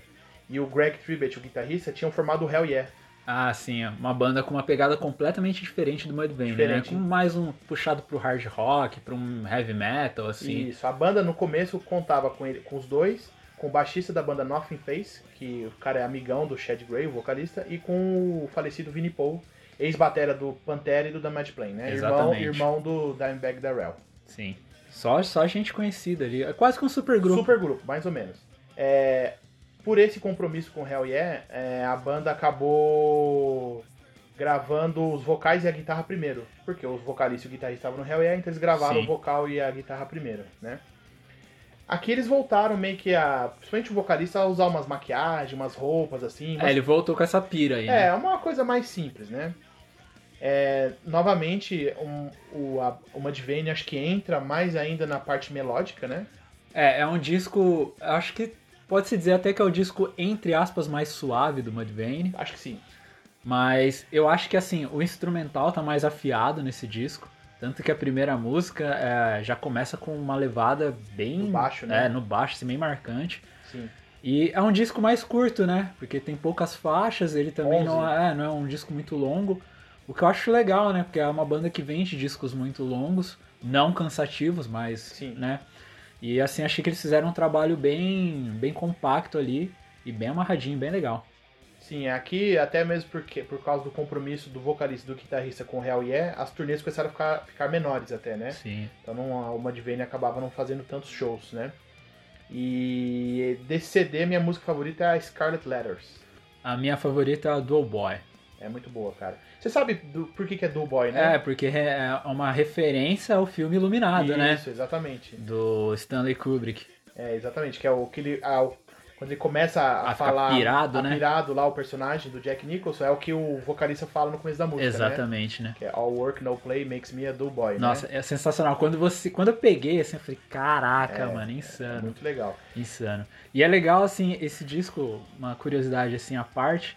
e o Greg Tribbett, o guitarrista, tinham formado o Hell Yeah,
Ah, sim, é uma banda com uma pegada completamente diferente do Mudvayne, né?
Diferente.
Com mais um puxado pro hard rock, pra um heavy metal, assim.
Isso, a banda no começo contava com, ele, com os dois, com o baixista da banda Nothing Face, que o cara é amigão do Chad Gray, o vocalista, e com o falecido Vinnie Paul, ex-batera do Pantera e do Damage Plane, né? Irmão,
Exatamente.
irmão do Dimebag Darrell.
Sim. Só, só gente conhecida ali. É quase que um super grupo.
Super grupo, mais ou menos. É, por esse compromisso com o Hell Yeah, é, a banda acabou gravando os vocais e a guitarra primeiro. Porque os vocalistas e o guitarrista estavam no Hell Yeah, então eles gravaram
Sim.
o vocal e a guitarra primeiro, né? Aqui eles voltaram meio que a. Principalmente o vocalista a usar umas maquiagens, umas roupas assim. umas
É, ele voltou com essa pira aí, né?
é, uma coisa mais simples, né? É, novamente, um, o, a, o Mudvayne acho que entra mais ainda na parte melódica, né?
É, é um disco. Acho que pode-se dizer até que é o disco, entre aspas, mais suave do Mudvayne.
Acho que sim.
Mas eu acho que assim, o instrumental tá mais afiado nesse disco. Tanto que a primeira música é, já começa com uma levada bem.
No baixo, né?
É, no baixo, assim, bem marcante.
Sim.
E é um disco mais curto, né? Porque tem poucas faixas, ele também
11.
não é, não é um disco muito longo. O que eu acho legal, né? Porque é uma banda que vende discos muito longos, não cansativos, mas,
Sim.
né? E assim, achei que eles fizeram um trabalho bem, bem compacto ali e bem amarradinho, bem legal.
Sim, aqui até mesmo porque, por causa do compromisso do vocalista e do guitarrista com o Hell Yeah, as turnês começaram a ficar, ficar menores até, né?
Sim.
Então não, a Uma Divine acabava não fazendo tantos shows, né? E desse CD, minha música favorita é a Scarlet Letters.
A minha favorita é a Dual Boy.
É muito boa, cara. Você sabe do- por que, que é do Boy, né?
É, porque é uma referência ao filme Iluminado,
Isso,
né?
exatamente.
Do Stanley Kubrick.
É, exatamente, que é o que ele. a- o- quando ele começa a,
A ficar
falar.
pirado,
a
né?
pirado lá, o personagem do Jack Nicholson, é o que o vocalista fala no começo da música. Né?
Exatamente, né?
Que é All Work, No Play Makes Me a Do Boy. né?
Nossa, é sensacional. Quando você, quando eu peguei, assim, eu falei, caraca,
É,
mano,
É
insano,
muito legal.
insano. E é legal, assim, esse disco, uma curiosidade, assim, à parte,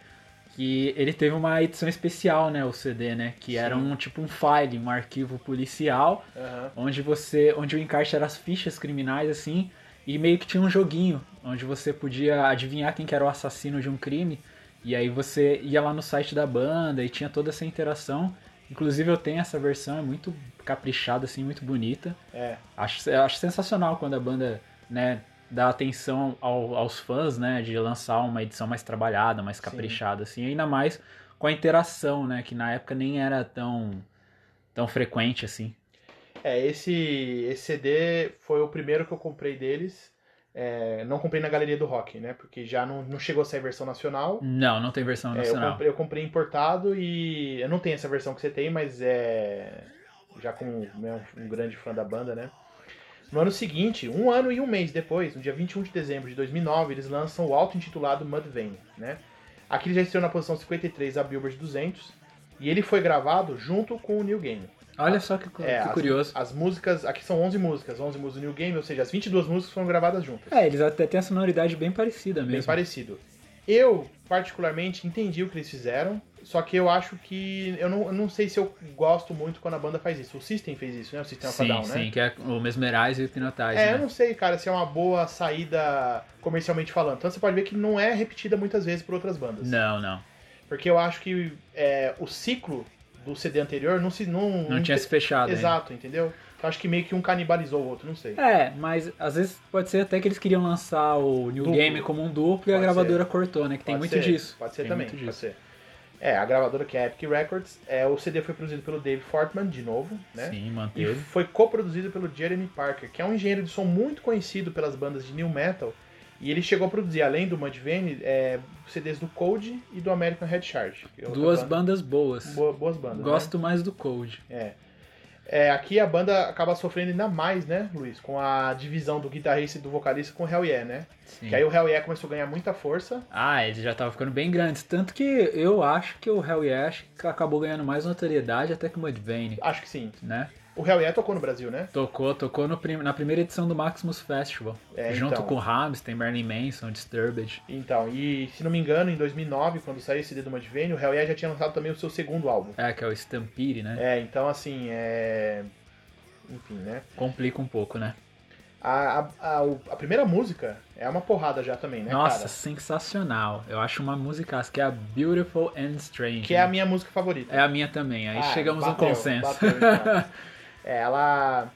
que ele teve uma edição especial, né, o CD, né, que era
Sim.
um, tipo, um file, um arquivo policial,
Aham.
onde você, onde o encaixe era as fichas criminais, assim, e meio que tinha um joguinho, onde você podia adivinhar quem que era o assassino de um crime, e aí você ia lá no site da banda e tinha toda essa interação. Inclusive eu tenho essa versão, é muito caprichada, assim, muito bonita.
É,
Acho, eu acho sensacional quando a banda, né, dá atenção ao- aos fãs, né, de lançar uma edição mais trabalhada, mais
Sim.
caprichada, assim, ainda mais com a interação, né, que na época nem era tão, tão frequente, assim.
é esse, esse CD foi o primeiro que eu comprei deles. É, não comprei na galeria do rock, né? Porque já não, não chegou a sair versão nacional.
Não, não tem versão
É, eu,
nacional.
comprei, eu comprei importado e eu não tenho essa versão que você tem, mas é. Já como né, um grande fã da banda, né? No ano seguinte, um ano e um mês depois, no dia 21 de dezembro de 2009, eles lançam o auto-intitulado Mudvayne, né? Aqui ele já estreou na posição 53 da Billboard 200 e ele foi gravado junto com o New Game.
Olha só que, co-
É,
que
as-
curioso.
As músicas, aqui são 11 músicas, 11 músicas do New Game, ou seja, as 22 músicas foram gravadas juntas.
É, eles até têm a sonoridade bem parecida
Bem
mesmo.
parecido. Eu, particularmente, entendi o que eles fizeram, só que eu acho que. Eu não, eu não sei se eu gosto muito quando a banda faz isso. O System fez isso, né? O System of a
sim,
Down,
sim,
né?
que é o Mesmerize e o Hypnotize,
É, eu
né?
não sei, cara, se é uma boa saída comercialmente falando. Então você pode ver que não é repetida muitas vezes por outras bandas.
Não, não.
Porque eu acho que é, o ciclo do CD anterior não se. Não,
Não tinha se fechado ainda.
Exato, entendeu? Eu acho que meio que um canibalizou o outro, não sei.
É, mas às vezes pode ser até que eles queriam lançar o New
Duplo.
Game como um duplo e a
Pode
gravadora cortou, né? Que tem
Pode
muito
ser,
disso.
Pode ser
Tem
também,
muito
pode
disso.
ser. É, a gravadora que é a Epic Records. É, o CD foi produzido pelo Dave Fortman, de novo, né?
Sim,
E
manteve.
foi coproduzido pelo Jeremy Parker, que é um engenheiro de som muito conhecido pelas bandas de new metal. E ele chegou a produzir, além do Mudvayne, é, CDs do Cold e do American Head Charge. que é outra
Duas
banda-
bandas boas.
boa- Boas bandas.
Gosto mais do Cold.
né? É. É, aqui a banda acaba sofrendo ainda mais, né, Luiz? Com a divisão do guitarrista e do vocalista com o Hell Yeah, né?
Sim.
Que aí o Hell Yeah começou a ganhar muita força.
Ah, eles já estavam ficando bem grandes. Tanto que eu acho que o Hell Yeah acho que acabou ganhando mais notoriedade até que o Mudvayne,
Acho que sim.
né?
O Hell Yeah tocou no Brasil, né?
Tocou, tocou no prim- na primeira edição do Maximus Festival.
É,
junto
então.
com Ramstein, Marilyn Manson, Disturbed.
Então, e se não me engano, em 2009, quando saiu esse CD do Mudvayne, o Hell Yeah já tinha lançado também o seu segundo álbum.
É, que é o Stampede, né?
É, então assim, é. Enfim, né?
Complica um pouco, né?
A, a, a, o- a primeira música é uma porrada já também, né,
Nossa,
cara?
sensacional. Eu acho uma música que é a Beautiful and Strange.
Que é a minha música favorita.
É a minha também. Aí
Ah,
chegamos a um
bateu,
consenso.
bateu, então. é, ela.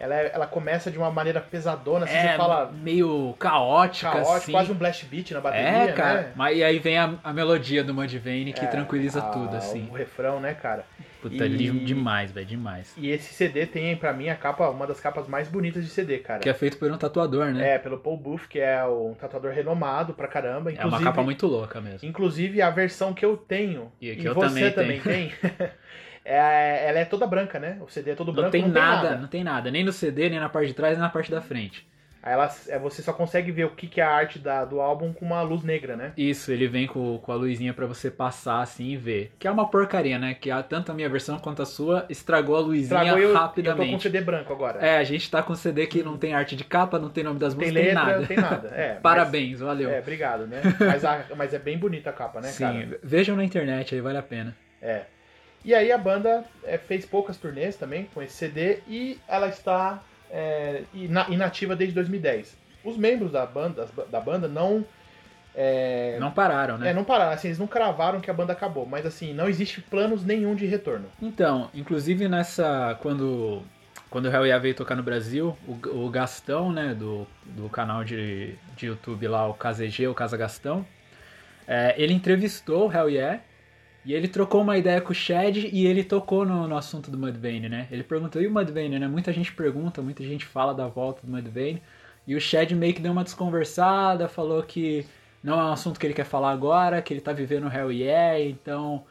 Ela, é- ela começa de uma maneira pesadona, assim,
é
você fala
meio caótica,
caótico,
assim.
quase um blast beat na bateria,
é, cara.
né?
Mas e aí vem a, a melodia do Mudvayne que
É,
tranquiliza
a-
tudo, assim.
O refrão, né, cara?
Puta, é
e-
lindo demais, velho, demais.
E esse CD tem, pra mim, a capa, uma das capas mais bonitas de CD, cara.
Que é feito por um tatuador, né?
É, pelo Paul Booth, que é um tatuador renomado pra caramba.
É uma
Inclusive,
capa muito louca mesmo.
inclusive a versão que eu tenho
E
e,
que eu
você
também
também, tem, é, ela é toda branca, né? O CD é todo branco,
Não tem nada, não tem nada. Nem no CD, nem na parte de trás, nem na parte da frente.
Aí ela, é, você só consegue ver o que, que é a arte da- do álbum com uma luz negra, né?
Isso, ele vem com, com a luzinha pra você passar assim e ver. Que é uma porcaria, né? Que a, tanto a minha versão quanto a sua estragou a luzinha
Estragou e eu, eu tô com um
rapidamente.
CD branco agora.
É, a gente tá com CD que não tem arte de capa, não tem nome das
tem
músicas,
letra,
nada.
não tem nada. É, mas-
Parabéns, valeu.
é, obrigado, né? Mas, a- mas é bem bonita a capa, né,
Sim,
cara?
vejam na internet aí, vale a pena.
É. E aí a banda é, fez poucas turnês também com esse CD e ela está é, ina- inativa desde 2010. Os membros da banda, da banda não
Não pararam, né?
É, não pararam, assim, eles não cravaram que a banda acabou, mas assim, não existe planos nenhum de retorno.
Então, inclusive nessa. Quando, quando o Hell Yeah veio tocar no Brasil, o, o Gastão, né, do, do canal de, de YouTube lá, o KZG, o Casa Gastão, é, ele entrevistou o Hell Yeah e ele trocou uma ideia com o Chad e ele tocou no, no assunto do Mudvayne, né? Ele perguntou, e o Mudvayne, né? Muita gente pergunta, muita gente fala da volta do Mudvayne. E o Chad meio que deu uma desconversada, falou que não é um assunto que ele quer falar agora, que ele tá vivendo o Hell Yeah, então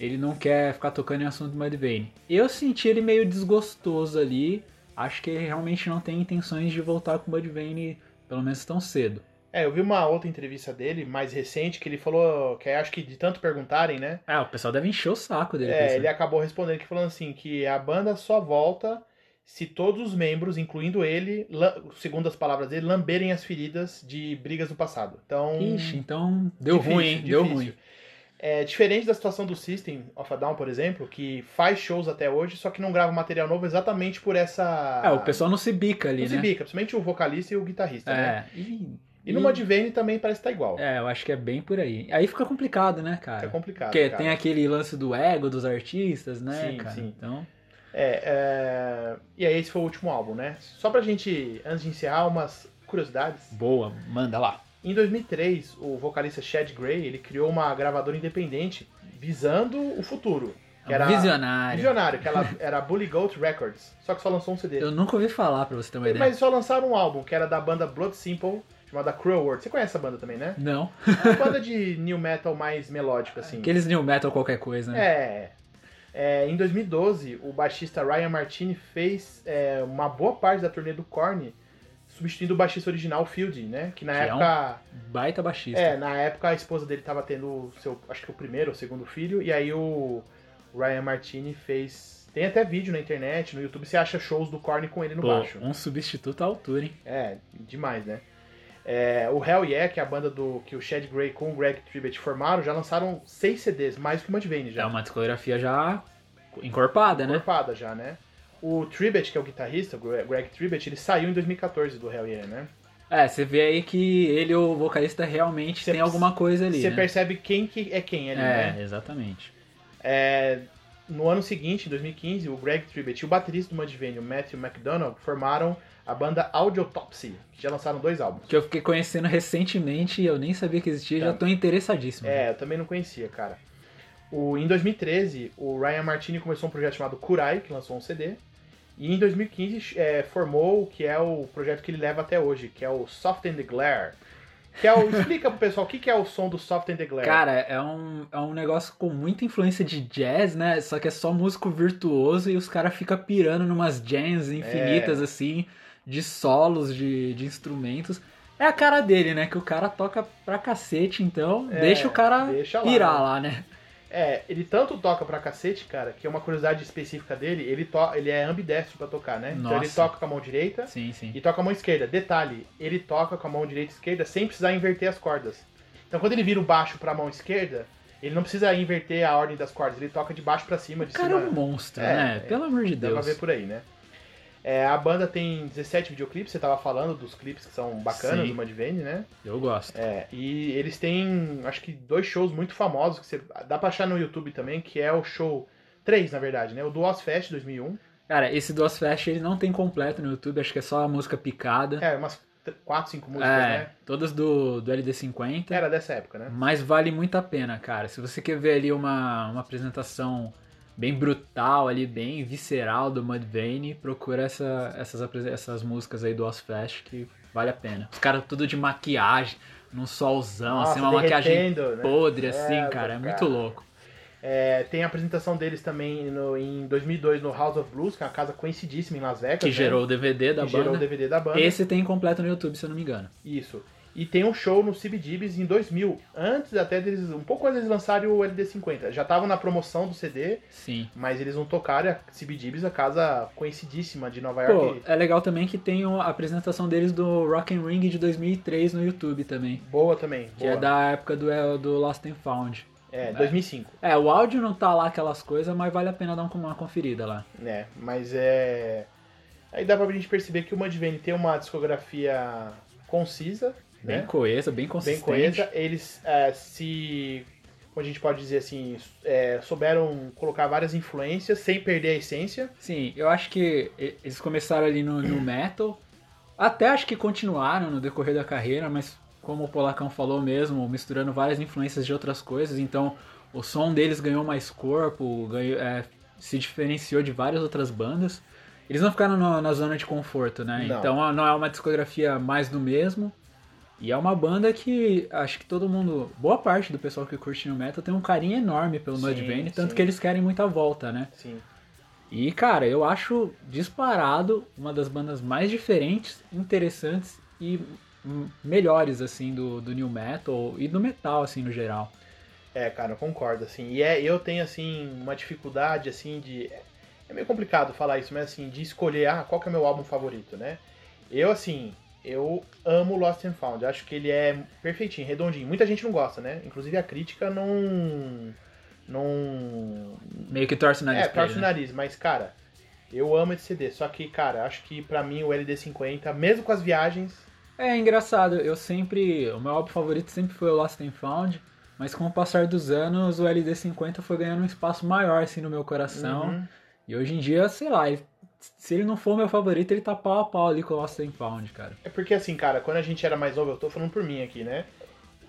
ele não quer ficar tocando em assunto do Mudvayne. Eu senti ele meio desgostoso ali, acho que ele realmente não tem intenções de voltar com o Mudvayne, pelo menos tão cedo.
É, eu vi uma outra entrevista dele, mais recente, que ele falou, que é, acho que de tanto perguntarem, né?
Ah, o pessoal deve encher o saco dele. com
É,
isso,
ele
né?
acabou respondendo que falando assim, que a banda só volta se todos os membros, incluindo ele, la- segundo as palavras dele, lamberem as feridas de brigas do passado. Então,
Ixi, então deu
Difícil,
ruim, hein? Deu
difícil.
ruim.
é diferente da situação do System of a Down, por exemplo, que faz shows até hoje, só que não grava material novo exatamente por essa
É, o pessoal não se bica ali,
Ah. não se
né?
bica, principalmente o vocalista e o guitarrista, né?
É. E,
E no Mudvayne também parece que tá igual.
É, eu acho que é bem por aí. Aí fica complicado, né, cara?
É complicado.
Porque
cara.
tem aquele lance do ego dos artistas, né,
Sim,
cara?
sim.
Então,
É, é, E aí, esse foi o último álbum, né? Só pra gente, antes de encerrar, umas curiosidades.
boa, manda lá.
Em 2003, o vocalista Chad Gray ele criou uma gravadora independente visando o futuro. Que era
é um Visionário.
Visionário, que ela era Bully Goat Records. Só que só lançou um CD.
Eu nunca ouvi falar, pra você ter uma ideia.
Mas só lançaram um álbum, que era da banda Blood Simple, chamada Cruel World. Você conhece essa banda também, né?
Não.
É uma banda de new metal mais melódico, assim.
Aqueles new metal qualquer coisa, né?
É. É, em 2012, o baixista Ryan Martini fez é, uma boa parte da turnê do Korn substituindo o baixista original, Field, né? Que na
Que é um
época.
Baita baixista.
É, na época a esposa dele tava tendo o seu, acho que o primeiro ou segundo filho, e aí o Ryan Martini fez. Tem até vídeo na internet, no YouTube você acha shows do Korn com ele no
Pô,
baixo.
um substituto à altura, hein?
É, demais, né? É, o Hell Yeah, que é a banda do que o Chad Gray com o Greg Tribbett formaram, já lançaram seis CDs, mais que o Mudvayne já.
É uma discografia já encorpada, né?
encorpada já, né? O Tribbett, que é o guitarrista, o Gre- Greg Tribbett, ele saiu em 2014 do Hell Yeah, né?
É, você vê aí que ele, o vocalista, realmente
Você
tem alguma coisa ali,
Você
né?
percebe quem que é quem ali, né?
É, exatamente.
É, no ano seguinte, em 2015, o Greg Tribbett e o baterista do Mudvayne, o Matthew McDonald, formaram a banda Audiotopsy, que já lançaram dois álbuns.
Que eu fiquei conhecendo recentemente e eu nem sabia que existia, já tô interessadíssimo.
Tá. É, eu também não conhecia, cara. O, em 2013, o Ryan Martini começou um projeto chamado Kurai, que lançou um CD. E em 2015 é, formou o que é o projeto que ele leva até hoje, que é o Soft and the Glare. Que é o, explica pro pessoal o que, que é o som do Soft and the Glare.
Cara, é um, é um negócio com muita influência de jazz, né? Só que é só músico virtuoso e os caras ficam pirando numas jams
É.
infinitas, assim, de solos, de, de instrumentos. É a cara dele, né? Que o cara toca pra cacete, então
É,
deixa o cara
deixa lá,
pirar
né?
lá, né?
É, ele tanto toca pra cacete, cara, que é uma curiosidade específica dele, ele, to ele é ambidestro pra tocar, né? Então ele
Nossa.
toca com a mão direita
Sim, sim.
e toca com a mão esquerda. Detalhe, ele toca com a mão direita e esquerda sem precisar inverter as cordas. Então quando ele vira o baixo pra mão esquerda, ele não precisa inverter a ordem das cordas, ele toca de baixo pra cima,
O
de
cara é
cima.
um monstro,
É,
né?
é.
Pelo amor de
Dá pra
Deus.
ver por aí, né? É, a banda tem 17 videoclipes, você tava falando dos clipes que são bacanas
Sim.
do Mudvayne, né?
Eu gosto.
É, e eles têm, acho que dois shows muito famosos que você dá pra achar no YouTube também, que é o show três, na verdade, né? O do Ozfest 2001.
Cara, esse Duas Flash ele não tem completo no YouTube, acho que é só a música picada.
É, umas tr- quatro, cinco músicas,
É,
né?
todas do, do LD50.
Era dessa época, né?
Mas vale muito a pena, cara. Se você quer ver ali uma, uma apresentação bem brutal, ali, bem visceral do Mudvayne, procura essa- essas, apresen- essas músicas aí do Ozfest que vale a pena. Os caras tudo de maquiagem, num solzão, assim, uma maquiagem
derretendo, né?
podre, assim,
É,
cara. É
cara.
muito louco.
É, tem a apresentação deles também no- em 2002 no House of Blues, que é uma casa conhecidíssima em Las Vegas.
Que
né?
gerou o DVD da
Que gerou o
banda.
DVD da banda.
Esse tem completo no YouTube, se eu não me engano.
Isso. E tem um show no CBGBs em 2000, antes até deles, um pouco antes deles lançarem o LD50. Já estavam na promoção do CD,
Sim.
Mas eles não tocaram e a CBGBs, a casa conhecidíssima de Nova
Pô,
York.
é legal também que tem a apresentação deles do Rock and Ring de 2003 no YouTube também.
Boa também.
Que
boa.
é da época do, do Lost and Found.
É, 2005.
É, o áudio não tá lá aquelas coisas, mas vale a pena dar uma conferida lá.
né? Mas é. Aí dá pra gente perceber que o Mudvayne tem uma discografia concisa,
Bem
né?
coesa, bem
Bem
consistente.
coesa. Eles é, se. Como a gente pode dizer assim, é, souberam colocar várias influências sem perder a essência.
Sim, eu acho que e- eles começaram ali no, no metal, até acho que continuaram no decorrer da carreira, mas como o Polacão falou mesmo, misturando várias influências de outras coisas, então o som deles ganhou mais corpo, ganhou, é, se diferenciou de várias outras bandas. Eles não ficaram na- na zona de conforto, né?
Não.
Então ó, não é uma discografia mais do mesmo. E é uma banda que acho que todo mundo, boa parte do pessoal que curte no metal tem um carinho enorme pelo
Sim,
Mudvayne, tanto
sim.
que eles querem muita volta, né?
Sim.
E, cara, eu acho disparado uma das bandas mais diferentes, interessantes e hum, melhores, assim, do, do New Metal e do metal, assim, no geral.
É, cara, eu concordo, assim. E é, eu tenho, assim, uma dificuldade, assim, de... É meio complicado falar isso, mas, assim, de escolher, ah, qual que é meu álbum favorito, né? Eu, assim, eu amo Lost and Found. Eu acho que ele é perfeitinho, redondinho. Muita gente não gosta, né? Inclusive a crítica não... Não...
Meio que torce na
É,
nariz pra ele, né?
torce o nariz, mas, cara, eu amo esse CD. Só que, cara, acho que pra mim o LD50, mesmo com as viagens...
né? É engraçado, eu sempre. O meu álbum favorito sempre foi o Lost and Found, mas com o passar dos anos, o LD50 foi ganhando um espaço maior, assim, no meu coração.
uhum,
E hoje em dia, sei lá, ele- se ele não for meu favorito, ele tá pau a pau ali com o Lost and Found, cara.
É porque assim, cara, quando a gente era mais novo, eu tô falando por mim aqui, né?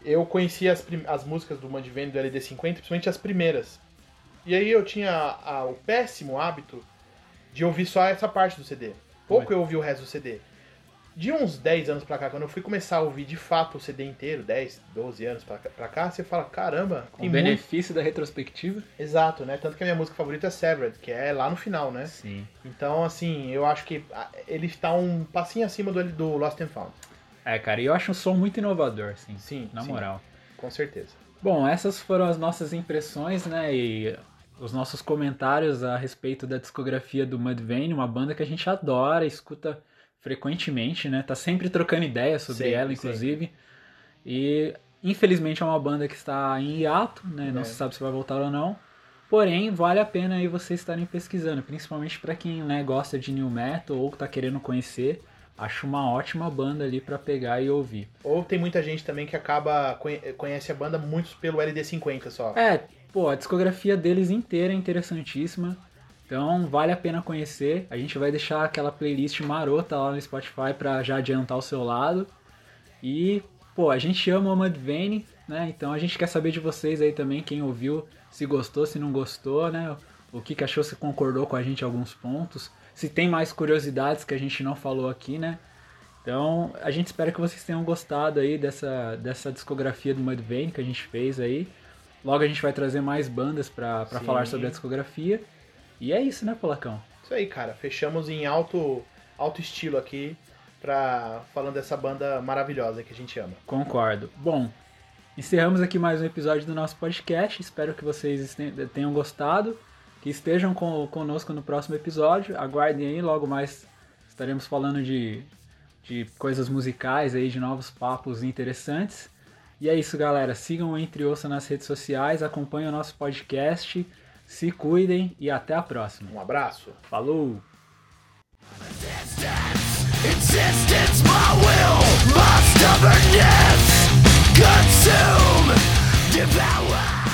Eu conhecia as, prim- as músicas do Mandivane do LD50, principalmente as primeiras. E aí eu tinha a- o péssimo hábito de ouvir só essa parte do CD. Pouco eu ouvi o resto do CD. de uns 10 anos pra cá, quando eu fui começar a ouvir de fato o CD inteiro, 10, 12 anos pra cá, pra cá você fala, caramba,
Com benefício da retrospectiva?
Exato, né? Tanto que a minha música favorita é Severed, que é lá no final, né?
Sim.
Então, assim, eu acho que ah, ele está um passinho acima do, do Lost and Found.
É, cara, e eu acho um som muito inovador, assim.
Sim,
Na
sim.
moral.
Com certeza.
Bom, essas foram as nossas impressões, né? E os nossos comentários a respeito da discografia do Mudvayne, uma banda que a gente adora, escuta frequentemente, né? Tá sempre trocando ideias sobre
Sempre,
ela, inclusive. E infelizmente é uma banda que está em hiato, né? Não
É.
se sabe se vai voltar ou não. Porém, vale a pena aí vocês estarem pesquisando, principalmente para quem né, gosta de new metal ou tá querendo conhecer. Acho uma ótima banda ali para pegar e ouvir.
Ou tem muita gente também que acaba conhe- conhece a banda muito pelo LD50 só.
É, pô, a discografia deles inteira é interessantíssima. Então vale a pena conhecer. A gente vai deixar aquela playlist marota lá no Spotify pra já adiantar o seu lado. E, pô, a gente ama o Mudvayne, né? Então a gente quer saber de vocês aí também, quem ouviu, se gostou, se não gostou, né? O que, que achou, se concordou com a gente em alguns pontos. Se tem mais curiosidades que a gente não falou aqui, né? Então, a gente espera que vocês tenham gostado aí dessa, dessa discografia do Mudvayne que a gente fez aí. Logo a gente vai trazer mais bandas pra pra
Sim.
falar sobre a discografia. E é isso, né, Polacão?
Isso aí, cara. Fechamos em alto, alto estilo aqui, pra, falando dessa banda maravilhosa que a gente ama.
Concordo. Bom, encerramos aqui mais um episódio do nosso podcast. Espero que vocês este- tenham gostado, que estejam com, conosco no próximo episódio. Aguardem aí, logo mais estaremos falando de, de coisas musicais aí, de novos papos interessantes. E é isso, galera. Sigam o Entre Ouça nas redes sociais, acompanhem o nosso podcast, se cuidem e até a próxima.
Um abraço.
Falou!
Existence, my will, my stubbornness, consume, devour.